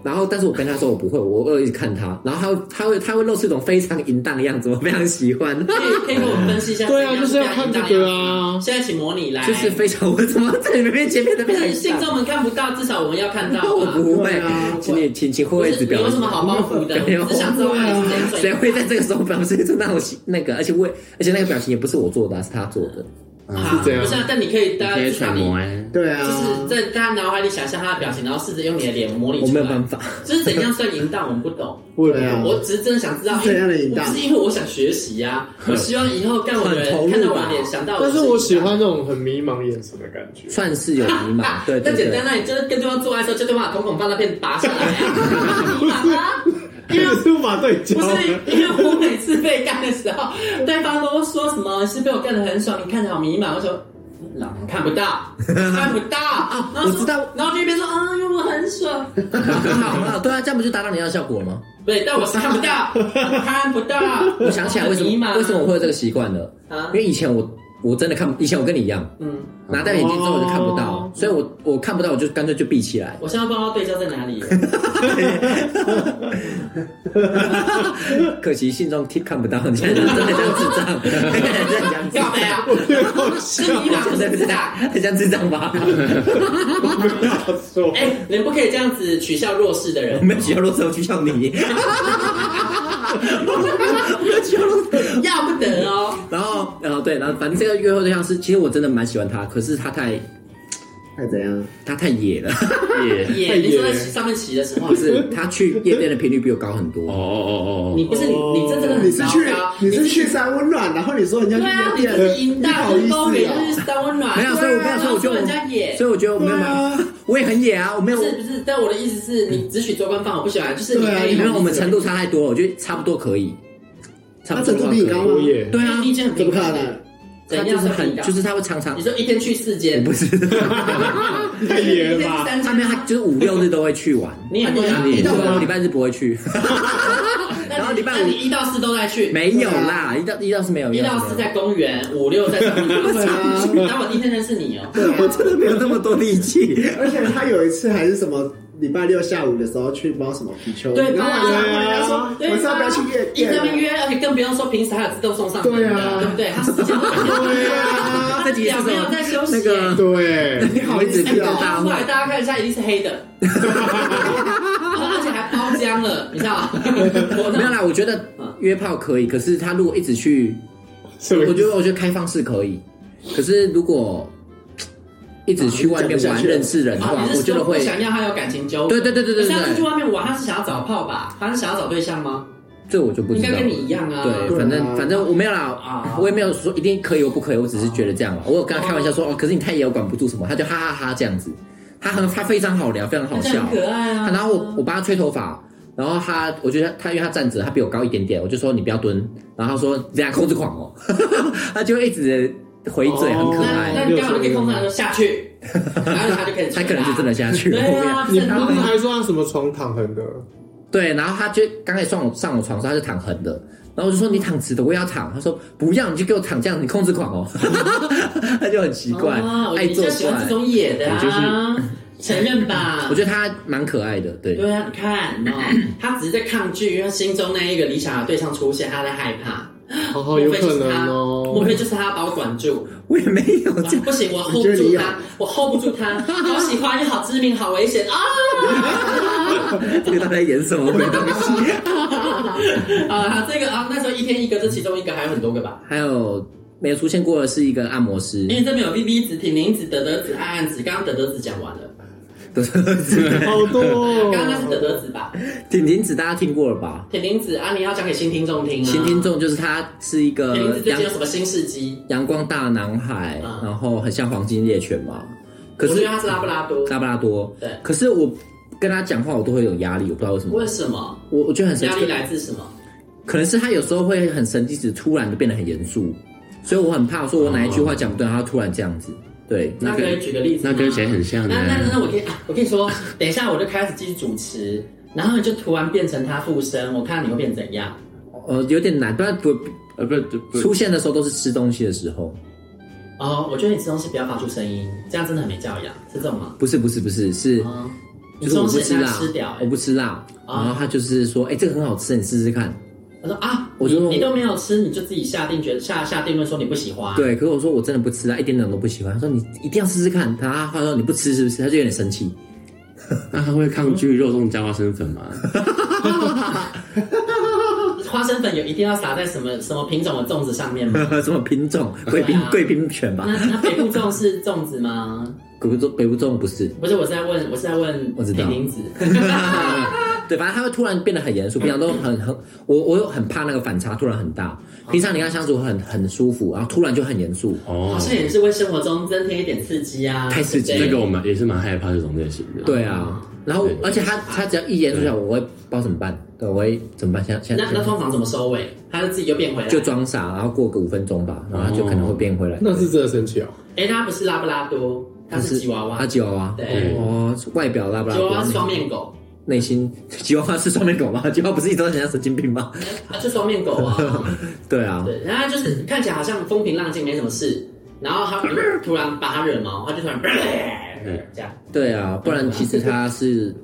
Speaker 4: 然后，但是我跟他说我不会，我我一直看他，然后他他会他会露出一种非常淫荡的样子，我非常喜欢，
Speaker 3: 可以可以给我们分析一下？
Speaker 7: 对啊，就是要看这个。啊。
Speaker 3: 现在请模拟来，
Speaker 4: 就是非常我 怎么在你们面前变得非
Speaker 3: 但
Speaker 4: 常
Speaker 3: 是
Speaker 4: 淫
Speaker 3: 信
Speaker 4: 荡？
Speaker 3: 众们看不到，至少我们要看到
Speaker 4: 我
Speaker 3: 吧。
Speaker 4: 不会
Speaker 7: 对啊，
Speaker 4: 请你请请
Speaker 3: 不
Speaker 4: 会
Speaker 3: 是
Speaker 4: 一直
Speaker 3: 你
Speaker 4: 表
Speaker 3: 有什么好报复的？
Speaker 4: 没有
Speaker 3: 只想知道你是谁
Speaker 4: 谁会在这个时候表现出那种那个？而且我也，而且那个表情也不是我做的啊、是他做的。
Speaker 3: 啊
Speaker 5: 啊，
Speaker 7: 是这样
Speaker 3: 不是啊，但你可以大家
Speaker 6: 可以
Speaker 3: 知道
Speaker 6: 揣
Speaker 3: 你，
Speaker 6: 摩哎，
Speaker 7: 对啊，
Speaker 3: 就是在大家脑海里想象他的表情，然后试着用你的脸模拟
Speaker 4: 我
Speaker 3: 出
Speaker 4: 没有
Speaker 3: 来
Speaker 4: 办。法，
Speaker 3: 就是怎样算淫荡，我们不懂。
Speaker 7: 我也不
Speaker 4: 啊
Speaker 7: 懂
Speaker 3: 我只是真的想知道
Speaker 7: 是怎样的淫荡
Speaker 3: 我不是因为我想学习呀、我希望以后干我的人
Speaker 4: 很
Speaker 3: 看
Speaker 4: 投入
Speaker 3: 到
Speaker 4: 吧
Speaker 3: 我的啊脸，想到
Speaker 7: 但是
Speaker 3: 是
Speaker 7: 我喜欢那种很迷茫眼神的感觉。
Speaker 4: 算是有迷 茫。对对
Speaker 3: 那简单，
Speaker 4: 对，
Speaker 3: 那你就是跟对方做爱的时候，就对方把瞳孔放那片拔下来、 啊，你把它
Speaker 7: 因为是无法对焦
Speaker 3: 不，是，因为我每次被干的时候，对方都说什么是被我干的很爽，你看着好迷茫。我说。嗯老娘看不到， 看不到啊！然后说
Speaker 4: 我知道
Speaker 3: 然后就一边说啊，因为我很爽，
Speaker 4: 好好对啊，这样不就达到你要的效果 了吗？
Speaker 3: 对，但我是看不到，看不到。
Speaker 4: 我想起来为什
Speaker 3: 迷茫
Speaker 4: 么为什么我会有这个习惯了？
Speaker 3: 啊
Speaker 4: 因？为以前我我真的看，以前我跟你一样，
Speaker 3: 嗯，
Speaker 4: 拿戴眼镜之后我就看不
Speaker 7: 哦
Speaker 4: 到，所以我我看不到，我就干脆就闭起来。
Speaker 3: 我现在不知道对焦在哪里。
Speaker 4: 可惜信中听看不到，你现在真的像智 障，真的像智
Speaker 3: 干
Speaker 4: 障
Speaker 3: 嘛呀？
Speaker 4: 啊
Speaker 3: 是迷茫，不是不知 道。
Speaker 4: 很像智障 吧？
Speaker 7: 不要说。
Speaker 4: 啊
Speaker 3: 哎，你不可以这样子取笑弱势的
Speaker 4: 我
Speaker 3: 人，
Speaker 4: 没有取消落手，取笑你。
Speaker 3: 要不得 哦。
Speaker 4: 然后，然后对，然后反正这个约会对象是，其实我真的蛮喜欢他，可是他太
Speaker 5: 太怎样？
Speaker 4: 他太野了，
Speaker 6: 耶，
Speaker 3: 也，你说在上面骑的时候
Speaker 4: 不，是他去夜店的频率比我高很
Speaker 6: 哦
Speaker 4: 多。
Speaker 6: 哦
Speaker 3: 你
Speaker 6: 哦
Speaker 3: 不是你，你这真的很
Speaker 5: 你是去
Speaker 3: 糟糕
Speaker 5: 你是去三温暖，然后你说人家
Speaker 3: 对啊，你这是淫
Speaker 5: 你
Speaker 3: 荡，
Speaker 5: 好
Speaker 3: 你
Speaker 5: 意
Speaker 3: 包给
Speaker 5: 思
Speaker 3: 就是
Speaker 5: 啊？
Speaker 3: 三温暖。
Speaker 4: 没有，所以我跟
Speaker 3: 对
Speaker 4: 他
Speaker 3: 啊
Speaker 4: 说，我就
Speaker 3: 然后说人家野，
Speaker 4: 所以我觉得我没有办法，我也很野啊，我没有
Speaker 3: 不，是不是，但我的意思是你只许做官放，我不喜欢，就是你
Speaker 5: 对啊
Speaker 3: 可以
Speaker 4: 因为我们程
Speaker 3: 成
Speaker 4: 度差太多了，我觉得差不多可以，差
Speaker 5: 他
Speaker 4: 不多
Speaker 5: 程
Speaker 4: 的
Speaker 5: 度
Speaker 4: 话
Speaker 5: 比你
Speaker 4: 可以
Speaker 5: 高
Speaker 7: 我
Speaker 5: 吗？
Speaker 7: 也
Speaker 4: 对啊，
Speaker 3: 你已经很
Speaker 5: 怎么
Speaker 3: 平
Speaker 5: 看
Speaker 3: 凡
Speaker 5: 呢、
Speaker 3: 了。
Speaker 4: 他
Speaker 3: 怎
Speaker 4: 就
Speaker 3: 样
Speaker 4: 是很
Speaker 3: 平，凡
Speaker 4: 就是他会常常
Speaker 3: 你，说一天去四间，
Speaker 4: 不是，
Speaker 7: 太
Speaker 3: 一
Speaker 7: 野了
Speaker 3: 天去
Speaker 7: 吧？
Speaker 3: 三
Speaker 4: 他没有，他
Speaker 3: 间，
Speaker 4: 就是五六日都会去玩，
Speaker 3: 你也会啊？
Speaker 5: 你
Speaker 4: 对
Speaker 5: 一到五
Speaker 4: 然后礼拜日不 会去，
Speaker 3: 那
Speaker 4: 然后
Speaker 3: 你
Speaker 4: 礼拜五
Speaker 3: 那你一到四都在去，
Speaker 4: 没有
Speaker 5: 啊
Speaker 4: 啦，一到一到是没有，
Speaker 3: 一到四在公园，五六在 上面。
Speaker 5: 对啊
Speaker 3: 然后我第一天认识你哦，
Speaker 4: 我真的没有那么多力气。
Speaker 5: 而且他有一次还是什么礼拜六下午的时候去不知道什么皮丘，
Speaker 3: 对
Speaker 4: 啊
Speaker 5: 然后晚上问人家说
Speaker 3: 对啊
Speaker 5: 晚上要不要去夜
Speaker 3: 一直
Speaker 5: 店
Speaker 3: 在那边
Speaker 5: 啊？
Speaker 3: 约，而且更不用说平时还有自动送上门的，
Speaker 5: 对啊
Speaker 3: 对不对？他时间
Speaker 5: 对啊
Speaker 3: 他表没有在休息耶。
Speaker 4: 那个
Speaker 7: 对，
Speaker 4: 你好意思
Speaker 3: 哎
Speaker 4: 变
Speaker 3: 搞
Speaker 4: 得大
Speaker 3: 完出来，
Speaker 4: 会，
Speaker 3: 大家看一下，一定是黑的， 而且还包 浆了，你知道吗？我嗯
Speaker 4: 没有啦，我觉得约炮可以，可是他如果一直去
Speaker 7: 什么意思
Speaker 4: 我觉得我觉得开放式可以，可是如果一直去外
Speaker 5: 讲不
Speaker 4: 面
Speaker 5: 下
Speaker 4: 玩
Speaker 5: 去了
Speaker 4: 认识人的话
Speaker 3: 啊，，你
Speaker 4: 我
Speaker 3: 是
Speaker 4: 觉
Speaker 3: 说
Speaker 4: 得
Speaker 3: 不
Speaker 4: 会，
Speaker 3: 想要他有感情纠
Speaker 4: 对
Speaker 3: 葛？
Speaker 4: 对对对对
Speaker 3: 可是啊他是去
Speaker 4: 对，
Speaker 3: 外面玩，他是想要找炮吧？他是想要找对象吗？
Speaker 4: 这我就不
Speaker 3: 应
Speaker 4: 知道
Speaker 3: 该
Speaker 4: 了。
Speaker 3: 跟你一样啊。
Speaker 4: 对，反正反正我没有啦
Speaker 3: 啊，
Speaker 4: 我也没有说一定可以或不可以，我只是觉得这样啦。啊我有跟他开玩笑说，哦，可是你太也管不住什么，他就哈哈哈这样子，他很他非常好聊，非常好
Speaker 3: 这样
Speaker 4: 笑
Speaker 3: 很。可爱啊。
Speaker 4: 然后我我帮他吹头发，然后他我觉得他因为他站着，他比我高一点点，我就说你不要蹲，然后他说这样控制狂哦， 他就一直回嘴，很可
Speaker 3: 那那
Speaker 4: 爱。
Speaker 3: 你刚好就可以控制他说下去，然后他就可以出
Speaker 4: 他
Speaker 3: 来，
Speaker 4: 可能就真的下去了，后
Speaker 3: 对
Speaker 4: 面
Speaker 3: 啊，
Speaker 7: 你
Speaker 3: 真的
Speaker 7: 不是
Speaker 3: 啊
Speaker 7: 还说他什么床躺 横的？
Speaker 4: 对，然后他就刚才上我上我床的时候，他就躺横的，然后我就说你躺直的，我也要躺。他说不要，你就给我躺这样，你控制狂哦， 他就很奇怪，
Speaker 3: 哦
Speaker 4: 爱
Speaker 3: 你
Speaker 4: 作
Speaker 3: 就喜欢
Speaker 4: 怪
Speaker 3: 这。种野的
Speaker 6: 我就是
Speaker 3: 啊， 承认吧
Speaker 4: 我。觉得他蛮可爱的，对，
Speaker 3: 对啊，你看哦，他只是在抗拒，因为他心中那一个理想的对象出现，他在害怕。
Speaker 4: 哦
Speaker 7: 好好，
Speaker 3: 莫
Speaker 7: 有
Speaker 3: 非就
Speaker 7: 可
Speaker 3: 是他，
Speaker 7: 能
Speaker 3: 莫
Speaker 7: 哦。
Speaker 3: 非就是他把我管住？
Speaker 4: 我也没有
Speaker 3: 哇
Speaker 4: 这样。
Speaker 3: 不行，我 hold
Speaker 5: 觉
Speaker 3: 不
Speaker 5: 得
Speaker 3: 住
Speaker 5: 你有
Speaker 3: 他，我 hold 不住他，好喜欢又好致命，好危险啊！
Speaker 4: 这个大家演什么鬼东西？
Speaker 3: 啊，这个啊，那时候一天一个，这其中一个还有很多个吧？
Speaker 4: 还有没有出现过的是一个按摩师，
Speaker 3: 因为这边有 B B 子、挺宁子、德德子、暗暗子，刚刚德德子讲完了，
Speaker 4: 哦都是
Speaker 7: 好多
Speaker 3: 刚刚那是德
Speaker 7: 哦，
Speaker 3: 德子吧？
Speaker 4: 婷婷子，大家听过了吧？
Speaker 3: 铁钉子啊，你要讲给新听众听啊。
Speaker 4: 新听众就是他是一
Speaker 3: 铁钉
Speaker 4: 个
Speaker 3: 子最
Speaker 4: 阳
Speaker 3: 近有什么新事迹？
Speaker 4: 阳光大男孩，
Speaker 3: 啊
Speaker 4: 然后很像黄金猎犬嘛。可
Speaker 3: 我觉
Speaker 4: 是
Speaker 3: 得他是拉布拉多，
Speaker 4: 拉布拉多，
Speaker 3: 对
Speaker 4: 可是我跟他讲话，我都会有压力，我不知道为什么。
Speaker 3: 为什么？
Speaker 4: 我我觉得很神
Speaker 3: 压力
Speaker 4: 奇，
Speaker 3: 来自什么？
Speaker 4: 可能是他有时候会很神经质，突然就变得很严肃，所以我很怕说我哪一句话讲不对，他突然这样子。对，
Speaker 3: 那
Speaker 6: 那跟
Speaker 3: 可以举个例子吗
Speaker 6: 那跟谁很像呢
Speaker 3: 那？那那我跟你啊，我跟你说， 等一下我就开始继续主持，然后你就突然变成他附身，我看你会变怎样？
Speaker 4: 呃，有点难，不然不
Speaker 6: 呃，不不，
Speaker 4: 出现的时候都是吃东西的时候，
Speaker 3: 哦，我觉得你吃东西不要发出声音，这样真的很没教养，是这种吗？
Speaker 4: 不是不是不是是。
Speaker 3: 啊，你
Speaker 4: 就是我
Speaker 3: 东
Speaker 4: 不
Speaker 3: 西
Speaker 4: 吃
Speaker 3: 人家
Speaker 4: 辣，
Speaker 3: 吃掉、欸
Speaker 4: 我不吃辣。
Speaker 3: 啊
Speaker 4: 然后他就是说，哎、这个很好吃，你试试看。
Speaker 3: 他说啊，
Speaker 4: 我就
Speaker 3: 你你都没有吃，你就自己下定决下下定论说你不喜欢。
Speaker 4: 对，可是我说我真的不吃辣，一点点都不喜欢。他说你一定要试试看。他他说你不吃是不是？他就有点生气。
Speaker 6: 那他会抗拒肉粽加花生粉吗？
Speaker 3: 花生粉有一定要撒在什么什么品种的粽子上面吗？
Speaker 4: 什么 品种？贵宾
Speaker 3: 对啊
Speaker 4: 贵宾犬吧
Speaker 3: 那？那北部粽是粽子吗？
Speaker 4: 北部粽北部粽不是。
Speaker 3: 不是，我是在问，我是在问
Speaker 4: 我知
Speaker 3: 北
Speaker 4: 道
Speaker 3: 林子。
Speaker 4: 对，反正他会突然变得很严肃，平常都很
Speaker 3: 啊
Speaker 4: 很，我我又很怕那个反差突然很大。平常你跟他相处很很舒服，然后突然就很严肃。
Speaker 6: 哦
Speaker 3: 好，像也是为生活中增添一点刺激啊，
Speaker 4: 太刺激
Speaker 3: 对
Speaker 6: 这
Speaker 3: 不
Speaker 6: 个
Speaker 3: 对
Speaker 6: 我们也是蛮害怕这种类型的。
Speaker 4: 对啊，然后
Speaker 6: 对
Speaker 4: 而且他他只要一严肃起来，我会不知道怎么办。对，我会怎么办？现在现在
Speaker 3: 那那通常怎么收尾？他就自己又变回来。
Speaker 4: 就装傻，然后过个五分钟吧，
Speaker 3: 哦
Speaker 4: 然后他就可能会变回来。
Speaker 7: 那是真的生气哦。
Speaker 3: 哎，他不是拉布拉多，他是吉娃
Speaker 4: 他
Speaker 3: 娃，
Speaker 4: 吉娃娃，
Speaker 3: 对
Speaker 4: 哦，外表拉布拉
Speaker 3: 吉娃娃是双
Speaker 4: 多，
Speaker 3: 面狗，
Speaker 4: 内心吉娃娃是双面狗吗？吉 娃娃不是一直都很像神经病吗？
Speaker 3: 他是双面狗 啊。
Speaker 4: 对啊，
Speaker 3: 对，然后他就是看起来好像风平浪静，没什么事。然后他突然把他惹毛，他就突然这样。
Speaker 4: 对啊，不然其实他是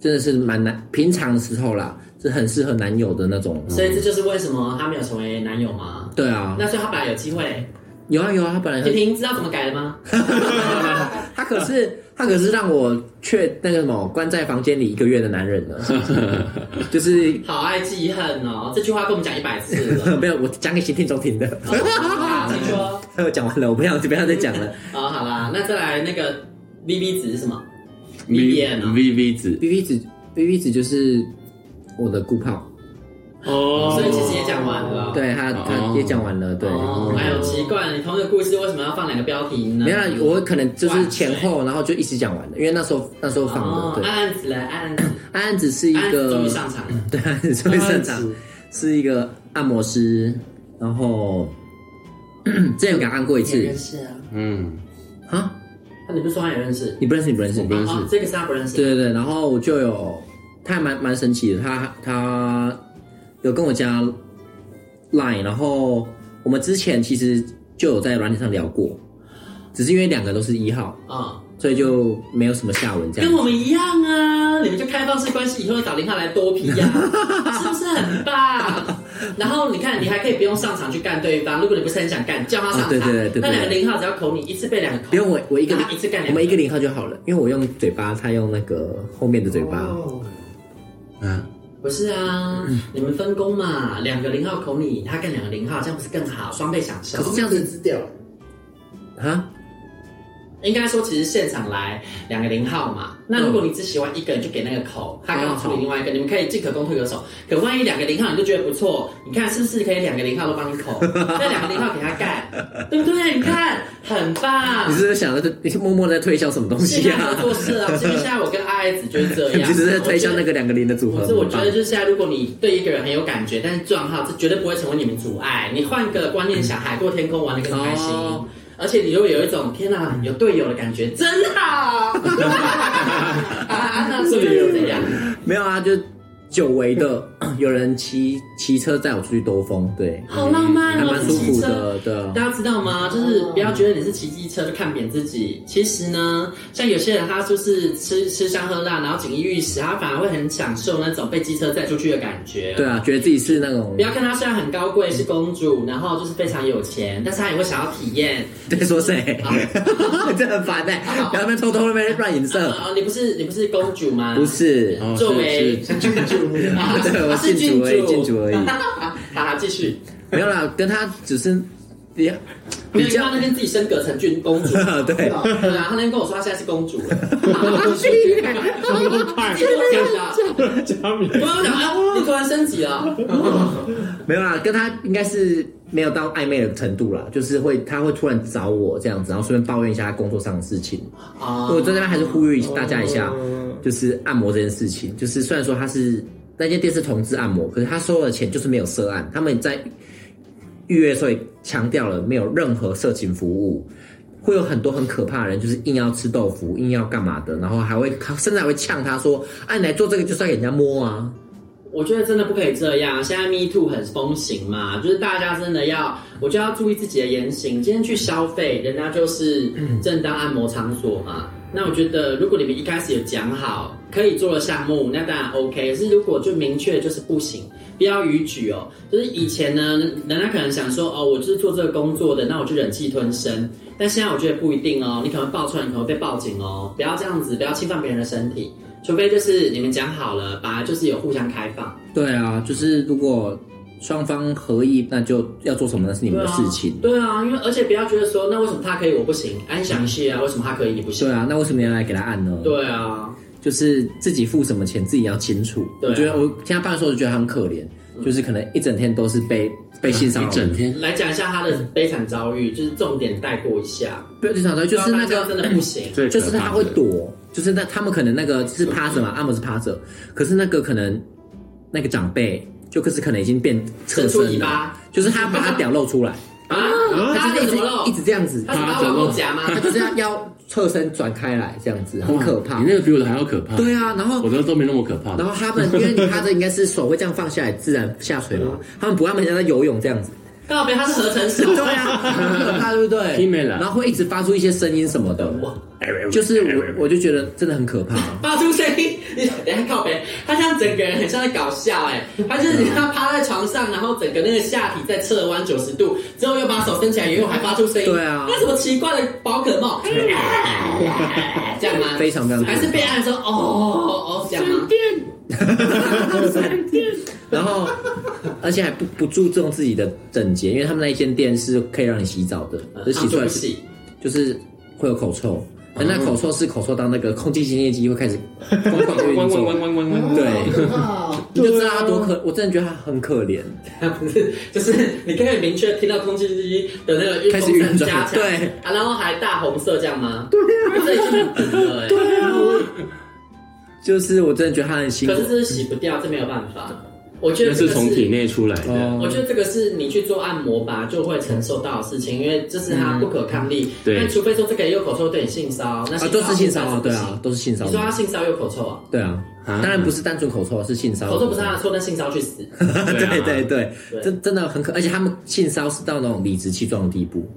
Speaker 4: 真的是蛮难，平常的时候啦，是很适合男友的那种。
Speaker 3: 所以这就是为什么他没有成为男友吗？
Speaker 4: 对啊，
Speaker 3: 那所以他本来有机会。
Speaker 4: 有啊有啊，他本来
Speaker 3: 婷婷知道怎么改了吗？
Speaker 4: 他可是他可是让我却那个什么关在房间里一个月的男人 呢，就是
Speaker 3: 好爱记恨哦，这句话跟我们讲一百次了。
Speaker 4: 没有我讲给新听众听的，
Speaker 3: 好，请说。
Speaker 4: 我讲完了，我不想不要再讲了。
Speaker 3: 哦好，好啦，那再来那个 V V 值是什么
Speaker 6: V
Speaker 3: ？median 啊
Speaker 6: V V 子
Speaker 4: B B 子 B B 子就是我的顾炮，
Speaker 7: 哦，
Speaker 3: 所以其实也讲完了。。
Speaker 4: 对他他
Speaker 6: 哦
Speaker 4: 也讲完了，对。
Speaker 3: 哦，哎呦，奇怪，你同一个故事为什么要放两个标题呢？
Speaker 4: 没有啦，啊我可能就是前后，然后就一起讲完了，因为那时候那时候放
Speaker 3: 哦
Speaker 4: 的。，对，
Speaker 3: 暗子来，暗子，
Speaker 4: 安安只是一
Speaker 3: 暗子终
Speaker 4: 个
Speaker 3: 于上场了。
Speaker 4: 对，安安只会擅
Speaker 7: 安
Speaker 4: 长
Speaker 7: 子
Speaker 4: 是一个按摩师，然后 之前有给他按过一
Speaker 3: 也
Speaker 4: 次
Speaker 3: 认识啊？
Speaker 6: 嗯，
Speaker 4: 啊，
Speaker 3: 那你不是说他也认识？
Speaker 4: 你不认识你不认识，
Speaker 6: 我不认识
Speaker 3: 哦这个是他不认识。
Speaker 4: 对对对，然后我就有，他还蛮蛮神奇的，他他有跟我加 Line，然后我们之前其实就有在软件上聊过，只是因为两个都是一号，
Speaker 3: 啊，
Speaker 4: 所以就没有什么下文这
Speaker 3: 跟我
Speaker 4: 样。
Speaker 3: 们一样啊，你们就开放式关系，以后找林浩来多批呀、 啊，是不是很棒？然后你看，你还可以不用上场去干对方，如果你不是很想干，叫他上场，
Speaker 4: 啊对对对对对
Speaker 3: 那两个林浩只要口你一次被两个口，
Speaker 4: 不用我我一个
Speaker 3: 那他一次干两个
Speaker 4: 我们一个
Speaker 3: 哦
Speaker 4: 零号就好了，因为我用嘴巴，他用那个后面的嘴巴。
Speaker 7: 哦
Speaker 6: 啊，
Speaker 3: 不是啊，
Speaker 4: 嗯
Speaker 3: 你们分工嘛，两个零号口你，他干两个零号，这样不是更好，双倍享受
Speaker 5: 可。是这样子支 掉了，
Speaker 4: 啊，
Speaker 3: 应该说，其实现场来两个零号嘛。那如果你只喜欢一个，你就给那个口，他刚好处理另外一个，你们可以进可攻退可守。可万一两个零号你就觉得不错，你看是不是可以两个零号都帮你 口，那两个零号给他干，对不对？你看很棒
Speaker 4: 你。是不是想着你是默默在推销什么东
Speaker 3: 现
Speaker 4: 西
Speaker 3: 在在做
Speaker 4: 啊？
Speaker 3: 事啊，其实 现在我跟阿 S 就是这
Speaker 4: 你
Speaker 3: 样，
Speaker 4: 只是在推销那个两个零的组合
Speaker 3: 可，是我
Speaker 4: 很
Speaker 3: 觉
Speaker 4: 棒
Speaker 3: 得，就是现在，如果你对一个人很有感觉，但是撞号，这绝对不会成为你们阻碍。你换个观念想，海阔天空，玩的更开心。
Speaker 4: 哦
Speaker 3: 而且你就会有一种天哪、有队友的感觉，真好！ 啊啊，那是不是这样？
Speaker 4: 没有啊，就久违的 有人骑骑车载我出去兜风，对，
Speaker 3: 好浪漫
Speaker 4: 嗯还
Speaker 3: 哦，
Speaker 4: 蛮舒
Speaker 3: 骑
Speaker 4: 服
Speaker 3: 车。哦
Speaker 4: 的，对啊。
Speaker 3: 大家知道吗？就是不要觉得你是骑机车就看扁自己。其实呢，像有些人他就是吃吃香喝辣，然后锦衣玉食，他反而会很享受那种被机车载出去的感觉。
Speaker 4: 对啊，觉得自己是那种
Speaker 3: 不要看她虽然很高贵，是公主，然后就是非常有钱，但是她也会想要体验。
Speaker 4: 在说谁
Speaker 3: 啊，
Speaker 4: 这很烦哎、欸，不要在那边偷偷那边乱影射，
Speaker 3: 啊，你不是你不是公主吗？
Speaker 4: 嗯不，是，
Speaker 6: 哦
Speaker 3: 作为
Speaker 6: 是是
Speaker 3: 啊
Speaker 4: 对我
Speaker 3: 她是
Speaker 4: 信主而已
Speaker 3: 君
Speaker 4: 信主而已
Speaker 3: 好啦，继续。
Speaker 4: 没有啦，跟他只是比
Speaker 3: 没
Speaker 4: 比
Speaker 3: 有，你
Speaker 4: 较
Speaker 3: 看，那天自己升格成君公 主，
Speaker 4: 对，
Speaker 3: 对啊，她那天跟我说她现在是公主了。
Speaker 7: 么快
Speaker 3: 你跟我讲一下，
Speaker 7: 加冕
Speaker 3: 我跟我讲啊，你突然升级了，
Speaker 4: 没有啦，跟他应该是没有到暧昧的程度啦，就是会他会突然找我这样子，然后顺便抱怨一下他工作上的事情。
Speaker 3: 啊
Speaker 4: 我在那边还是呼吁大家一下
Speaker 7: 哦，
Speaker 4: 就是按摩这件事情，就是虽然说他是那间店是同志按摩，可是他收了钱就是没有涉案，他们在预约的时候也强调了没有任何色情服务。会有很多很可怕的人，就是硬要吃豆腐，硬要干嘛的，然后还会甚至还会呛他说：“啊，你来做这个就是要给人家摸啊
Speaker 3: 我觉得真的不可以这样。啊现在 Me Too 很风行嘛，就是大家真的要，我就要注意自己的言行。今天去消费，人家就是正当按摩场所嘛。那我觉得，如果你们一开始有讲好可以做的项目，那当然 OK。可是如果就明确就是不行，不要逾矩哦。就是以前呢，人家可能想说，哦，我就是做这个工作的，那我就忍气吞声。但现在我觉得不一定哦，你可能爆出来，你可能会被报警哦。不要这样子，不要侵犯别人的身体。除非就是你们讲好了，本来就是有互相开放，！”
Speaker 4: 对啊，就是如果双方合意，那就要做什么那是你们的事情。
Speaker 3: 对啊，因为而且不要觉得说，那为什么他可以我不行？安详系啊，为什么他可以你不行
Speaker 4: 嗯对？啊，那为什么要来给他按呢？
Speaker 3: 对啊，
Speaker 4: 就是自己付什么钱自己要清楚。
Speaker 3: 对啊
Speaker 4: 我觉得我听他爸说，我就觉得他很可怜，就是可能一整天都是被被性骚扰，
Speaker 6: 一整天
Speaker 3: 来啊讲一下他的悲惨遭遇，就是重点带过一下，
Speaker 4: 被性骚扰，就是
Speaker 3: 不啊然
Speaker 4: 那
Speaker 3: 大家
Speaker 4: 个嗯
Speaker 3: 真的不 行。
Speaker 6: 最
Speaker 4: 就是
Speaker 6: 可怕
Speaker 4: 他
Speaker 6: 的
Speaker 4: 会躲，就是那他们可能那个是趴着嘛，按摩是趴着，可是那个可能那个长辈就可是可能已经变侧
Speaker 3: 伸出
Speaker 4: 身
Speaker 3: 尾
Speaker 4: 了
Speaker 3: 巴，
Speaker 4: 就是他把他屌露出来，
Speaker 3: 啊，
Speaker 4: 他
Speaker 3: 他
Speaker 4: 就是是
Speaker 3: 怎
Speaker 4: 一
Speaker 3: 么
Speaker 4: 直
Speaker 3: 了
Speaker 4: 一？直这样子，
Speaker 3: 他是 把我夹吗？
Speaker 4: 他就是要要侧身转开来这样子，很可怕
Speaker 6: 你。那个比我的还要可怕。
Speaker 4: 对啊，然后
Speaker 6: 我的都没那么可怕
Speaker 4: 然。后他们，因为他的应该是手会这样放下来，自然下垂嘛。他们不让人家在游泳这样子。
Speaker 3: 告别他是合成手，
Speaker 4: 对啊，很可怕，对不对？
Speaker 6: 听没了
Speaker 4: 然后会一直发出一些声音什么的，就是我我就觉得真的很可怕。
Speaker 3: 发出声音，你等一下告别他这样整个人很像在搞笑哎、他就是你他趴在床上，然后整个那个下体在侧弯九十度，之后又把手伸起来，以后还发出声音，
Speaker 4: 对啊
Speaker 3: 那什么奇怪的宝可梦，这样吗？
Speaker 4: 非常非常
Speaker 3: 还是被按说哦哦哦这样吗？
Speaker 4: 然后，而且还不不注重自己的整洁，因为他们那一间店是可以让你洗澡的，就洗
Speaker 3: 啊
Speaker 4: 啊出
Speaker 3: 对
Speaker 4: 来
Speaker 3: 不
Speaker 4: 是
Speaker 3: 起，
Speaker 4: 就是会有口臭。那口臭是口臭到那个空气清净机会开始疯狂 的运作，对，
Speaker 5: 啊，
Speaker 4: 你就知道他多可，我真的觉得他很可怜。
Speaker 3: 啊不是，就是你可以明确听到空气机的那个
Speaker 4: 开始
Speaker 3: 风
Speaker 4: 运
Speaker 3: 扇
Speaker 4: 转
Speaker 3: 加强，
Speaker 4: 对
Speaker 3: 啊，然后还大红色这样吗？对啊，这已经很顶了哎、
Speaker 4: 就是我真的觉得他很辛苦
Speaker 3: 可是，这是洗不掉，这没有办法。我觉得
Speaker 6: 那
Speaker 3: 这个
Speaker 6: 是从体内出来的，
Speaker 4: 哦
Speaker 3: 我觉得这个是你去做按摩吧，就会承受到的事情，因为这是它不可抗力。
Speaker 6: 对
Speaker 3: 但除非说这个人又口臭对你性骚扰，那
Speaker 4: 啊，都是性骚
Speaker 3: 应该不
Speaker 4: 扰，对
Speaker 3: 行
Speaker 4: 啊，。都是性骚
Speaker 3: 你说他
Speaker 4: 扰，
Speaker 3: 性骚扰又口臭啊？
Speaker 4: 对啊，
Speaker 6: 啊
Speaker 4: 当然不是单纯口臭，啊是性骚扰。
Speaker 3: 口臭不是他的错，但性骚扰去死。
Speaker 4: 对对对
Speaker 3: 对，
Speaker 4: 真真的很可，而且他们性骚扰是到那种理直气壮的地步，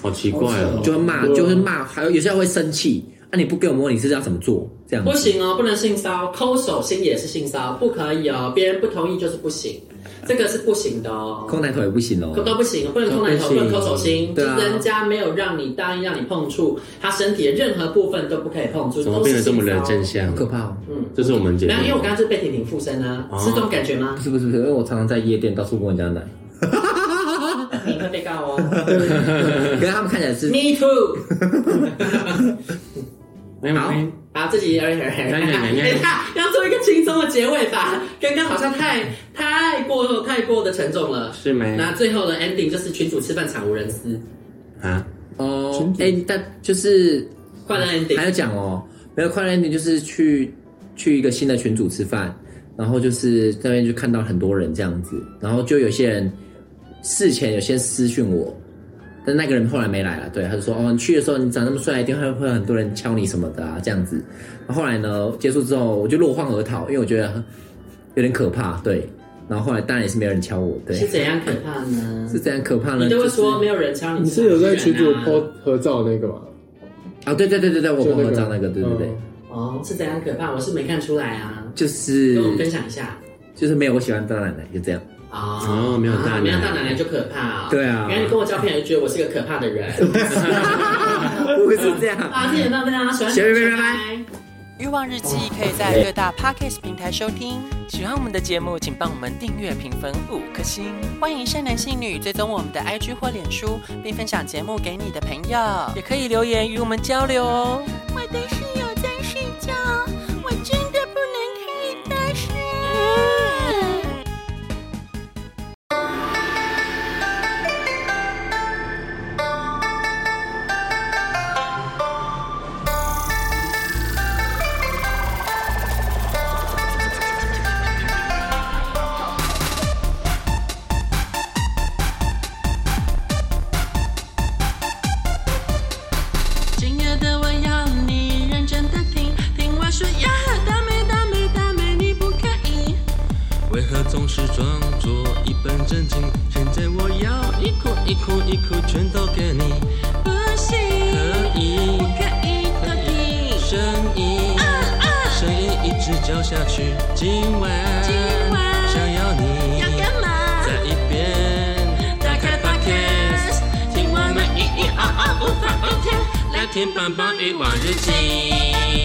Speaker 6: 好奇怪哦。
Speaker 4: 就会骂，
Speaker 7: 对啊
Speaker 4: 就是骂，还有有些人会生气，啊，你不给我摸，你是要怎么做？这样子
Speaker 3: 不，行哦，不能性骚扰，抠手心也是性骚扰，不可以哦。别人不同意就是不行。这个是不行的哦。
Speaker 4: 空奶头也不行
Speaker 3: 都
Speaker 4: 哦。
Speaker 3: 都不行，不能抠奶头，不
Speaker 4: 都不
Speaker 3: 能
Speaker 4: 行
Speaker 3: 抠手心，
Speaker 4: 对
Speaker 3: 就
Speaker 4: 啊
Speaker 3: 是人家没有让你答应让你碰触，他身体的任何部分都不可以碰触，
Speaker 6: 怎么变得这么人
Speaker 3: 真
Speaker 6: 真？相
Speaker 4: 好？可怕哦！
Speaker 3: 嗯，
Speaker 6: 这是我们姐
Speaker 3: 没有，因
Speaker 6: 妹
Speaker 3: 为我刚刚就是被婷婷附身啊，
Speaker 6: 哦
Speaker 3: 是这种感觉吗
Speaker 4: 不？是不是不是，因为我常常在夜店到处摸人家 奶，
Speaker 3: 你会被告哦
Speaker 4: 可是他们看起来 是
Speaker 3: ，Me too。
Speaker 6: 没有，没有
Speaker 3: 好，自己 等一下要做一个轻松的结尾吧，刚刚好像太太过太过的沉重了。
Speaker 6: 是没
Speaker 3: 那最后的 ending 就是群主吃饭惨无人思，
Speaker 6: 啊？
Speaker 4: 哦，哎，但就是
Speaker 3: 快乐
Speaker 4: 还
Speaker 3: ending。
Speaker 4: 有讲哦，没有快乐 ending 就是去去一个新的群组吃饭，然后就是在那边就看到很多人这样子，然后就有些人事前有先私讯我，但那个人后来没来了，对，他就说哦，你去的时候你长那么帅，一定会会有很多人敲你什么的啊，这样子。然后后来呢，结束之后我就落荒而逃，因为我觉得有点可怕，对。然后后来当然也是没有人敲我，对，
Speaker 3: 是怎样可怕呢？
Speaker 4: 是这样可怕呢？
Speaker 3: 你都会
Speaker 4: 就是
Speaker 3: 说没有人敲你，
Speaker 7: 你是有在群主
Speaker 3: 啊
Speaker 7: po 合照的那个吗？
Speaker 4: 啊，对对对对对，我
Speaker 7: 就
Speaker 4: 朋友照那个，对对对，
Speaker 7: 嗯
Speaker 3: 哦，是怎样可怕？我是没看出来啊，
Speaker 4: 就是
Speaker 3: 跟我们分享一下
Speaker 4: 就是没有我喜欢大奶奶，就这样。
Speaker 3: 啊。
Speaker 6: 哦没有大奶奶
Speaker 3: 啊没有大奶奶就可怕、哦。
Speaker 4: 对啊
Speaker 3: 原来你跟我照片，就觉得我是个可怕的 人。
Speaker 4: 不会是这样。
Speaker 3: 啊，今天到这样，喜欢
Speaker 4: 行拜拜拜
Speaker 3: 拜。
Speaker 2: 欲望日记可以在各大 podcast 平台收听。喜欢我们的节目，请帮我们订阅、评分五颗星。欢迎善男信女追踪我们的 IG 或脸书，并分享节目给你的朋友，也可以留言与我们交流哦。
Speaker 8: 我的室友在睡觉，我真的不能开大声。今夜的我要你认真的听，听我说呀，大美大美大美，你不可以。
Speaker 9: 为何总是装作一本正经？现在我要一哭一哭一哭，全都给你。
Speaker 8: 不行，
Speaker 9: 可以
Speaker 8: 不可以偷听。
Speaker 9: 声音，声音一直叫下去。今晚，
Speaker 8: 今晚
Speaker 9: 想要你
Speaker 8: 要干嘛？
Speaker 9: 在一边。打开 Podcast，
Speaker 8: 听我们咿咿啊啊无法无天，
Speaker 9: 来
Speaker 8: 来
Speaker 9: 听
Speaker 8: 听
Speaker 9: 棒
Speaker 8: 棒
Speaker 9: 棒
Speaker 8: 棒
Speaker 9: 欲
Speaker 8: 欲
Speaker 9: 望
Speaker 8: 望
Speaker 9: 日
Speaker 8: 日记。
Speaker 9: 记。